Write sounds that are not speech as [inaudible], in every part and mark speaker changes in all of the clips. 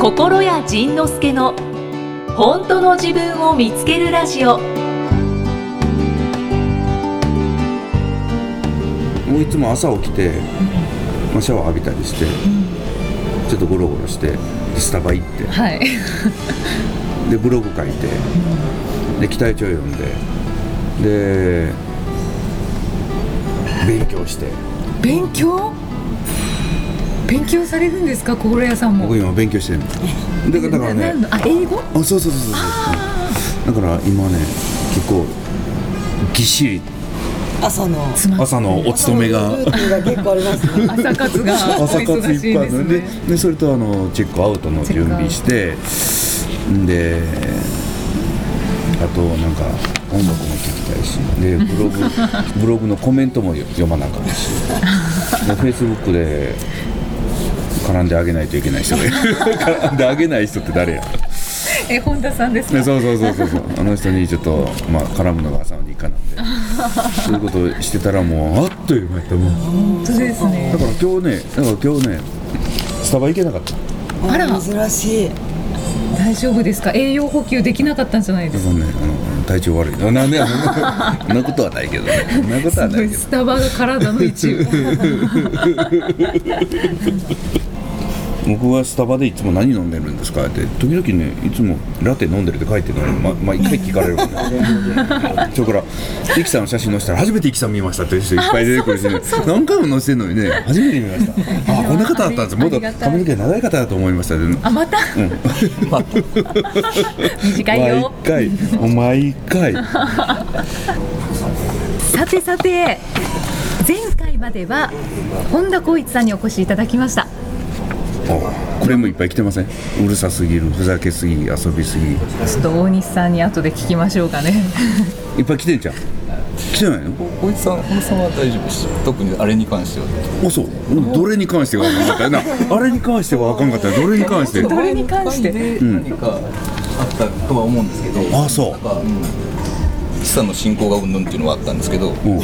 Speaker 1: 心谷仁之助の本当の自分を見つけるラジオ
Speaker 2: もういつも朝起きて、まあ、シャワー浴びたりして、ちょっとゴロゴロしてでスタバ行って
Speaker 3: はい。
Speaker 2: でブログ書いてで期待値を読んでで勉強して
Speaker 3: 勉強勉強されるんですか心屋さんも
Speaker 2: 僕今勉強してるのだからだからね
Speaker 3: ななんのあ英語
Speaker 2: あそうそうそうそうそうだから今ね結構ぎっしり
Speaker 4: 朝の
Speaker 3: つま
Speaker 2: 朝のお勤めが
Speaker 4: ルーティンが結構ありますね
Speaker 3: 朝活がお
Speaker 2: [laughs] 朝活
Speaker 3: 忙し
Speaker 2: い
Speaker 3: い
Speaker 2: っぱい
Speaker 3: で
Speaker 2: な
Speaker 3: す
Speaker 2: んで
Speaker 3: ね
Speaker 2: でそれとあのチェックアウトの準備してであとなんか音楽も聴きたいしでブ [laughs] ログブログのコメントも読まなあかんしでフェイスブックで絡んであげないといけない人がいる絡んであげない人って誰や
Speaker 3: え本田さんです
Speaker 2: ね、
Speaker 3: か
Speaker 2: そうそうそうそうそうあの人にちょっと、まあ、絡むのが朝の日課なんでそういうことをしてたらもうあっという間やったもう
Speaker 3: 本当ですね
Speaker 2: だから今日ねだから今日ねスタバ行けなかった
Speaker 3: [laughs] あら
Speaker 4: 珍しい
Speaker 3: 大丈夫ですか栄養補給できなかったんじゃないで
Speaker 2: だ
Speaker 3: す
Speaker 2: からねあの体調悪いあなんでや [laughs] そんなことはないけどねそんなこと
Speaker 3: か
Speaker 2: はな
Speaker 3: すご
Speaker 2: い
Speaker 3: い
Speaker 2: けど
Speaker 3: スタバが体の一部
Speaker 2: 僕はスタバでいつも何飲んでるんですかって時々ねいつもラテ飲んでるって書いてるのにま毎回聞かれるもんね
Speaker 3: [laughs]
Speaker 2: それからイキさんの写真載せたら初めてイキさん見ましたっていう人いっぱい出てくるし、ね、何回も載せてるのにね初めて見ましたああこんな方だったんですもっと
Speaker 3: ありがたい
Speaker 2: 髪の毛長い方だと思いましたで
Speaker 3: あまた短い
Speaker 2: 毎
Speaker 3: よ
Speaker 2: 回毎回
Speaker 3: さてさて前回までは本田光一さんにお越しいただきました
Speaker 2: あこれもいっぱい来てませんうるさすぎるふざけすぎ遊びすぎい
Speaker 3: ちょっと大西さんに後で聞きましょうかね
Speaker 2: っぱい来てんじゃん来てないの
Speaker 5: こいつさん、本田さんは大丈夫ですよ。特にあれに関しては。
Speaker 3: [laughs]
Speaker 2: あそううんどれに関してはあかんかったよなあれに関してはあかんかったよどれに関して
Speaker 3: [laughs] どれに関して
Speaker 5: で何かあったとは思うんですけど、
Speaker 2: あそ
Speaker 5: なんか、資産の進行がうんぬんっていうのはあったんですけど、
Speaker 2: う、うん、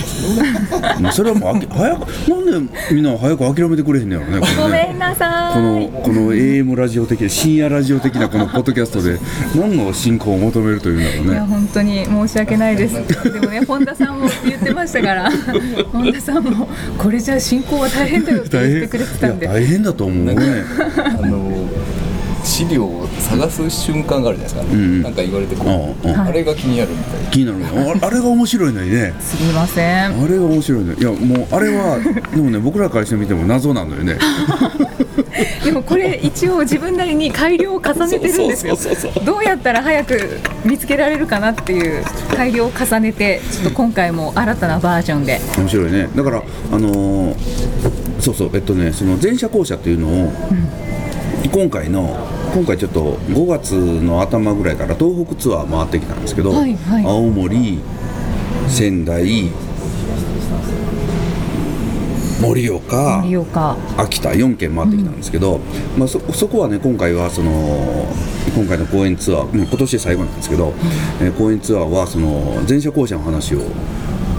Speaker 2: それはもうあき早くなんでみんな早く諦めてくれへんのやろねこれね
Speaker 3: ごめんなさい
Speaker 2: このこの AM ラジオ的深夜ラジオ的なこのポッドキャストで何の進行を求めるというん
Speaker 3: い
Speaker 2: だろ
Speaker 3: や
Speaker 2: うね
Speaker 3: 本当に申し訳ないです。でもね本田さんも言ってまし
Speaker 2: [laughs]
Speaker 3: たから、本田さんもこれじゃ進行は大変だよって言ってくれてたん
Speaker 2: い
Speaker 3: で
Speaker 2: や。大変だと思うね
Speaker 5: あの資料を探す瞬間があるじゃな
Speaker 2: ん
Speaker 5: いですか。
Speaker 2: うん
Speaker 5: なんか言われてこ
Speaker 2: う
Speaker 5: う、
Speaker 2: んうん
Speaker 5: あれが気になるみたいな。
Speaker 2: 気になるねああれが面白いのにね
Speaker 3: すみません。
Speaker 2: あれが面白いねいやもうあれはでもね僕らからしてみても謎なのよね
Speaker 3: でもこれ一応自分なりに改良を重ねてるんですよ。どうやったら早く見つけられるかなっていう改良を重ねて、ちょっと今回も新たなバージョンで。
Speaker 2: 面白いねだからあのーそうそうえっとねその前者後者っていうのを、今回の今回ちょっと5月の頭ぐらいから東北ツアー回ってきたんですけど、
Speaker 3: はいはい
Speaker 2: 青森仙台盛岡
Speaker 3: 利用か。
Speaker 2: 秋田4県回ってきたんですけど、まあ、そそこはね今回はその今回の公演ツアー、うん今年で最後なんですけど、えー公演ツアーはその前者後者の話を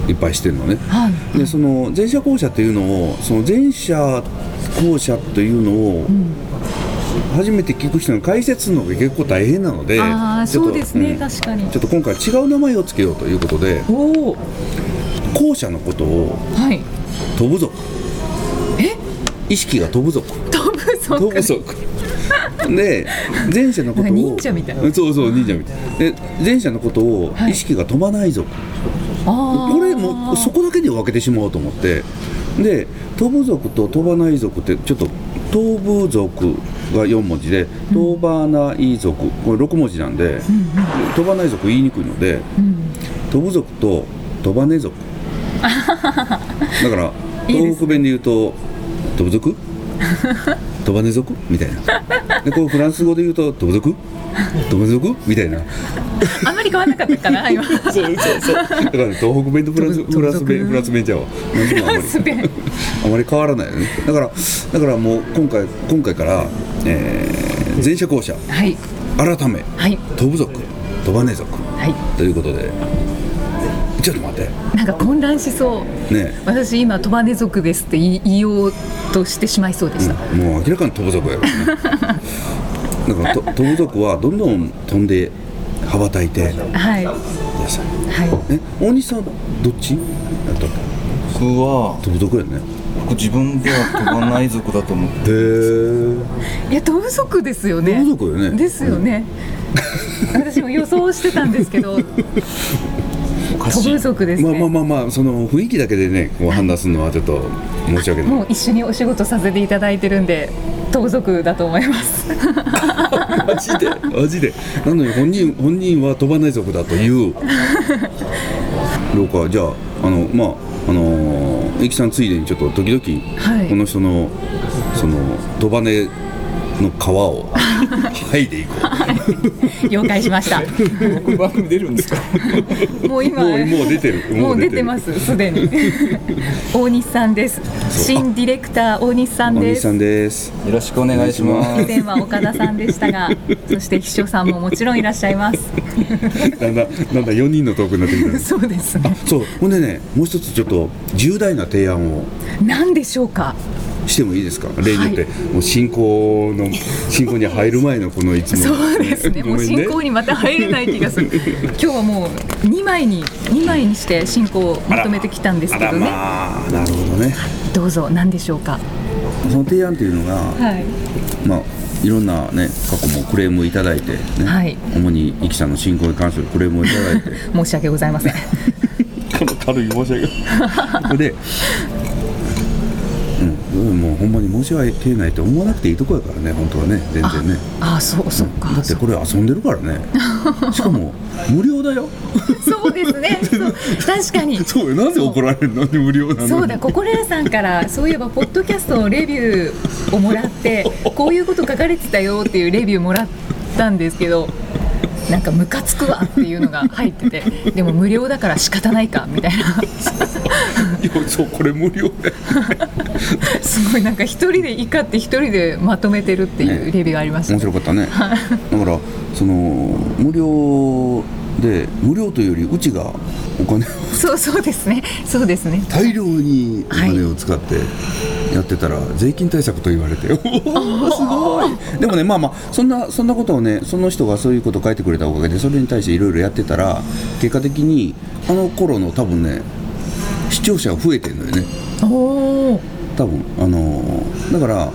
Speaker 2: いっぱいしてるのね。
Speaker 3: はい。
Speaker 2: でその前者後者っていうのをその前者後者というのを、初めて聞く人の解説のが結構大変なので
Speaker 3: ああ
Speaker 2: ちょっ
Speaker 3: そう
Speaker 2: と
Speaker 3: ですね、
Speaker 2: うん
Speaker 3: 確かに。
Speaker 2: ちょっと今回違う名前をつけようということで
Speaker 3: おお。
Speaker 2: 後者のことを
Speaker 3: はい。
Speaker 2: 飛ぶ族え意識が飛ぶ族
Speaker 3: 飛ぶそ
Speaker 2: 飛ぶ族で前者のことを
Speaker 3: なんか忍者みたいな
Speaker 2: そうそう忍者みたいなで前者のことを意識が飛ばない族、
Speaker 3: ああ。
Speaker 2: これもうそこだけで分けてしまおうと思ってで飛ぶ族と飛ばない族ってちょっと飛ぶ族が4文字で飛ばない族これ6文字なんで、飛ばない族言いにくいので、飛ぶ族と飛ばね
Speaker 3: [laughs]
Speaker 2: 族だから
Speaker 3: いいですね
Speaker 2: 東北弁で言うと飛ぶ
Speaker 3: [laughs]
Speaker 2: 族飛ばね族みたいなでこうフランス語で言うと飛ぶ族飛ばね族みたいな
Speaker 3: あんまり変わらなかったかな
Speaker 2: [laughs]
Speaker 3: 今。
Speaker 2: そうそうそう。だから、ね、東北弁とフランス
Speaker 3: 独
Speaker 2: フランス弁
Speaker 3: 独
Speaker 2: フランス弁ちゃうわ。フ
Speaker 3: フランス弁
Speaker 2: あまり変わらないよね。だからだからもう今回今回から、えー、前者後者
Speaker 3: はい
Speaker 2: 改め
Speaker 3: はい
Speaker 2: 飛ぶ族飛ばね族
Speaker 3: はい。
Speaker 2: ということでちょっと待って
Speaker 3: なんか混乱しそう。
Speaker 2: ねえ。
Speaker 3: 私今トバネ族ですって言い言おうとしてしまいそうでした。
Speaker 2: もう明らかに飛ぶ族やろ、ね。だなんかと飛ぶとこはどんどん飛んで羽ばたいてく
Speaker 3: はいは
Speaker 2: ださい
Speaker 3: い
Speaker 2: え大西さんどっちやったっけ
Speaker 5: 僕は
Speaker 2: 飛ぶとこやね
Speaker 5: 僕自分では飛ばない族だと思っ
Speaker 2: へー
Speaker 3: いや飛不足ですよね
Speaker 2: 飛ぶ足よね
Speaker 3: ですよね、私も予想してたんですけど
Speaker 5: ておか
Speaker 3: 飛
Speaker 5: しい
Speaker 3: 不足ですね、
Speaker 2: まあまあまあまあその雰囲気だけでねこう判断するのはちょっと申し訳ない
Speaker 3: もう一緒にお仕事させていただいてるんで盗賊だと思います
Speaker 2: [laughs] マジでマジでなのに本人本人は飛ばない族だというどうかじゃああのまああのー、駅さんついでにちょっと時々、
Speaker 3: はい
Speaker 2: この人のその飛ばねの皮を剥いでいこ
Speaker 3: [laughs] 了解しました
Speaker 5: 僕番組出るんですか
Speaker 3: もう
Speaker 2: う
Speaker 3: 今
Speaker 2: もうもう出てる
Speaker 3: もう出て
Speaker 2: る
Speaker 3: ますす
Speaker 2: [laughs]
Speaker 3: でに大西さんです新ディレクター大西さん
Speaker 2: お
Speaker 3: で
Speaker 2: 兄
Speaker 3: す
Speaker 2: さんです
Speaker 5: よろしくお願いしま
Speaker 3: 以
Speaker 5: [laughs]
Speaker 3: 前
Speaker 5: す
Speaker 3: は岡田さんで [laughs] したがそして秘書さんももちろんいらっしゃいます
Speaker 2: だんだんなんだ4人のトークになってきたんです
Speaker 3: そうですね
Speaker 2: そうほんでねもう一つちょっと重大な提案を
Speaker 3: 何でしょうか
Speaker 2: してもいいですか例によって、
Speaker 3: は
Speaker 2: もう進行の進行に入る前のこのいつも
Speaker 3: そうで
Speaker 2: [laughs]
Speaker 3: すねもう進行
Speaker 2: に
Speaker 3: にまた入れない気が [laughs] する今日はもう2枚に2枚にして進行をまとめてきたんです
Speaker 2: あ
Speaker 3: け
Speaker 2: ら
Speaker 3: どね、
Speaker 2: まあなるほどね
Speaker 3: どうぞ何でしょうか
Speaker 2: その提案っていうのが、
Speaker 3: はい
Speaker 2: まあいろんなね過去もクレームをいただいて、ね
Speaker 3: はい
Speaker 2: 主にイキさんの進行に関するクレームをいただい
Speaker 3: [laughs]
Speaker 2: て
Speaker 3: 申し訳ございません
Speaker 2: この軽い申し訳ないで、うん、もうほんまに申し訳ないと思わなくていいとこやからね本当はね全然ね
Speaker 3: [laughs] ああそうそうか
Speaker 2: だってこれ遊んでるからねしかも無料だよ
Speaker 3: そうですねそう確かに
Speaker 2: そうよなぜ怒られるのに無料なのに
Speaker 3: そうだココレラさんからそういえばポッドキャストのレビューをもら
Speaker 2: [laughs]
Speaker 3: ってこういうこと書かれてたよっていうレビューもらったんですけどなんかムカつくわっていうのが入っててでも無料だから仕方ないかみたいない
Speaker 2: やそうこれ無料だよ
Speaker 3: すごいなんか一人で怒って一人でまとめてるっていうレビューがありました、
Speaker 2: 面白かったねだからその無料で無料というよりうちがお [laughs] 金を
Speaker 3: そうそうですねそうですね
Speaker 2: 大量にお金を使ってやってたら税金対策と言われておーすごいでもねまあまあそんなそんなことをねその人がそういうことを書いてくれたおかげでそれに対していろいろやってたら結果的にあの頃の多分ね視聴者が増えてるのよね
Speaker 3: おおー
Speaker 2: 多分あのーだから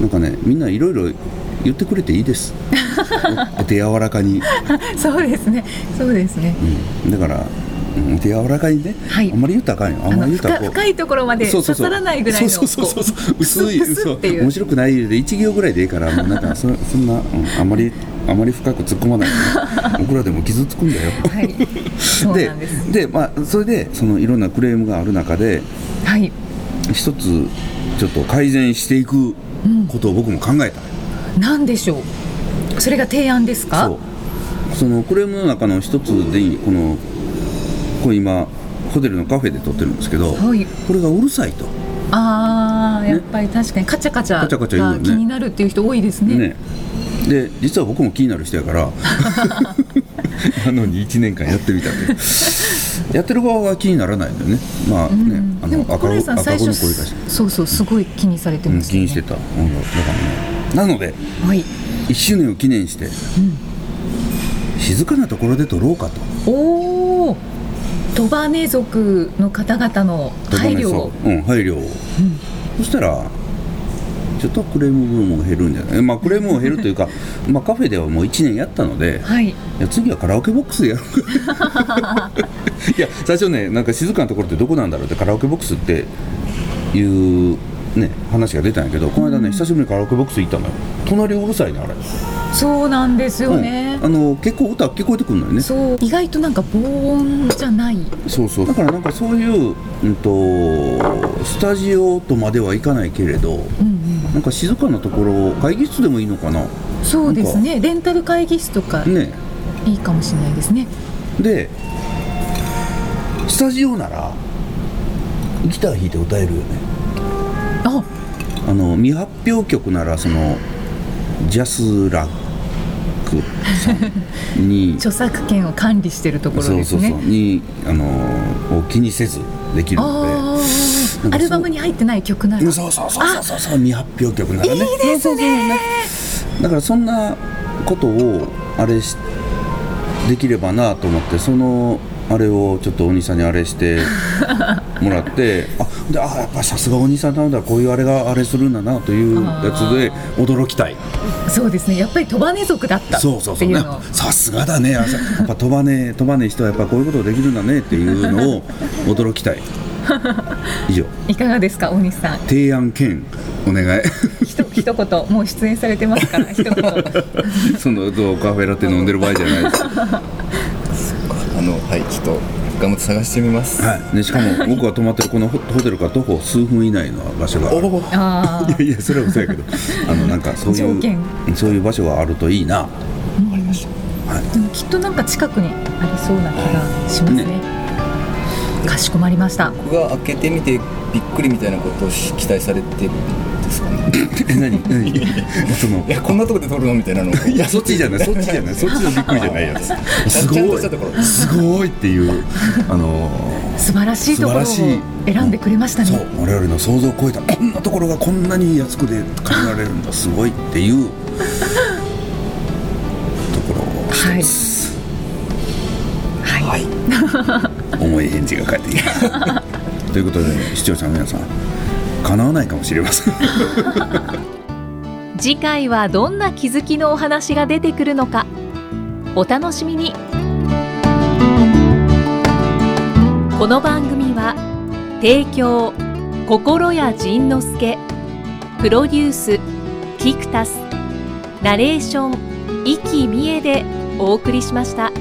Speaker 2: なんかねみんないろいろ言ってくれていいです
Speaker 3: [laughs]
Speaker 2: おお手柔らかに、
Speaker 3: そうですねそうですね
Speaker 2: うん、だから、うん、お手柔らかにね、
Speaker 3: はい
Speaker 2: あんまり言ったらあかんよあ
Speaker 3: あ
Speaker 2: んま
Speaker 3: の
Speaker 2: り言った
Speaker 3: 深
Speaker 2: らこう
Speaker 3: 深いところまで
Speaker 2: そう
Speaker 3: 刺
Speaker 2: そうそう
Speaker 3: さらないぐらいの
Speaker 2: そうそうそうそう
Speaker 3: こう
Speaker 2: 薄い
Speaker 3: プスプスっていう
Speaker 2: そう面白くないで一行ぐらいでいいからもうなんかそそんな、うんあまりあまり深く突っ込まないでね
Speaker 3: [laughs]
Speaker 2: 僕らでも傷つくんだよ
Speaker 3: はいそうなんです
Speaker 2: でまあそれでそのいろんなクレームがある中で
Speaker 3: はい
Speaker 2: 一つちょっと改善していくことを僕も考えた、
Speaker 3: なんでしょうそれが提案ですか
Speaker 2: そうそのクレームの中の一つでこのこれ今ホテルのカフェで撮ってるんですけど、
Speaker 3: はい
Speaker 2: これがうるさいと、
Speaker 3: あーやっぱり確かにカチャカチ
Speaker 2: カチャカチャ言
Speaker 3: ャ
Speaker 2: うよ
Speaker 3: が
Speaker 2: ね
Speaker 3: 気になるっていう人多いですね
Speaker 2: ねで実は僕も気になる人やから
Speaker 3: [laughs]
Speaker 2: なのに1年間やってみたんでやってる側は気にならないんだよねまあ
Speaker 3: う
Speaker 2: ね、
Speaker 3: ん
Speaker 2: あ
Speaker 3: でも
Speaker 2: の
Speaker 3: 小
Speaker 2: 赤子
Speaker 3: 林
Speaker 2: 赤
Speaker 3: さん最
Speaker 2: 子
Speaker 3: 初
Speaker 2: の声かし、
Speaker 3: そうそうすごい気にされて
Speaker 2: うん、
Speaker 3: ます
Speaker 2: 気
Speaker 3: よ
Speaker 2: に
Speaker 3: ね
Speaker 2: してた、うん、だからねなので
Speaker 3: はい
Speaker 2: 1周年を記念して、静かなところで撮ろうかと
Speaker 3: おおトバネ族の方々の配慮を
Speaker 2: うん、配慮を、そしたらちょっとクレーム部分も減るんじゃないまあクレームも減るというか [laughs] まあカフェではもう1年やったので、
Speaker 3: はい
Speaker 2: いや次はカラオケボックスでやろう [laughs] いや最初ねなんか静かなところってどこなんだろうってカラオケボックスっていうね話が出たんやけどこの間ね、久しぶりにカラオケボックス行ったのよ隣うるさいねあれ、
Speaker 3: そうなんですよね
Speaker 2: うん、あの結構歌聞こえてくるのよねそ
Speaker 3: そう意外となんか防音じゃないう
Speaker 2: そうだからなんかそういう、うん、とスタジオとまではいかないけれど、
Speaker 3: うん
Speaker 2: なんか静かなところ会議室でもいいのかな
Speaker 3: うんそうですねレンタル会議室とか
Speaker 2: ね
Speaker 3: いいかもしれないですね
Speaker 2: でスタジオならギター弾いて歌えるよね
Speaker 3: あ
Speaker 2: あの未発表曲ならそのジャスラックさん
Speaker 3: [laughs]
Speaker 2: に
Speaker 3: 著作権を管理してるところ
Speaker 2: そう
Speaker 3: です
Speaker 2: そうそう
Speaker 3: ね。
Speaker 2: にあのを気にせずできるのな
Speaker 3: あ
Speaker 2: んかそう
Speaker 3: あ、アルバムに入ってない曲な
Speaker 2: でう
Speaker 3: ら
Speaker 2: ん。そうそうそうそうそう未発表曲ならねいいですねだからそんなことをあれしできればなと思ってそのあれをちょっとお兄さんにあれしてもらって [laughs] あであやっぱさすがお兄さんなんだこういうあれがあれするんだなというやつで驚きたい
Speaker 3: そうですねやっぱり鳥羽根族だったって
Speaker 2: そうそうそう
Speaker 3: いうのを
Speaker 2: さすがだねあさやっぱ飛ばねえ飛ばねえ人はやっぱこういうことできるんだねっていうのを驚き
Speaker 3: [laughs]
Speaker 2: たい以上
Speaker 3: いかがですか大西さん
Speaker 2: 提案兼お願い
Speaker 3: ひ
Speaker 2: [laughs]
Speaker 3: と一言もう出演されてますから一言
Speaker 2: [laughs] そのどうカフェラテ飲んでる場合じゃないです
Speaker 5: あのはいちょっと頑張って探してみます、
Speaker 2: はい、ね、しかも僕が泊まってるこのホホテルから徒歩数分以内の場所がある
Speaker 5: おお
Speaker 3: ああ
Speaker 2: いやいやそれは嘘やけど [laughs] あのなんかそうい
Speaker 3: 条件
Speaker 2: うそういう場所があるといいな [laughs]
Speaker 3: でもきっとなんか近くにありそうな気がしますね、かしこまりました
Speaker 5: 僕が開けてみてびっくりみたいなことをし期待されてるんですかね
Speaker 2: え何何その
Speaker 5: いやこんなとこで撮るのみた [laughs] いなのを
Speaker 2: いやそっちじゃないそっちじゃないそっちのびっくりじゃないや [laughs] つす
Speaker 5: ちゃん
Speaker 2: ご
Speaker 5: と
Speaker 2: い
Speaker 5: したところ
Speaker 2: すごいっていうあのー
Speaker 3: 素晴らしいところを
Speaker 2: 素晴
Speaker 3: 選
Speaker 2: らしい
Speaker 3: んでくれました
Speaker 2: そ
Speaker 3: ね、
Speaker 2: う我々の想像を超えたこんなところがこんなに安くで借りられるんだすごいっていうところを
Speaker 3: はい
Speaker 2: はい、重い返事が返ってきたということで視聴者の皆さん叶わないかもしれません
Speaker 1: 次回はどんな気づきのお話が出てくるのかお楽しみにこの番組は提供心谷仁之助プロデュースキクタスナレーション生きみえでお送りしました。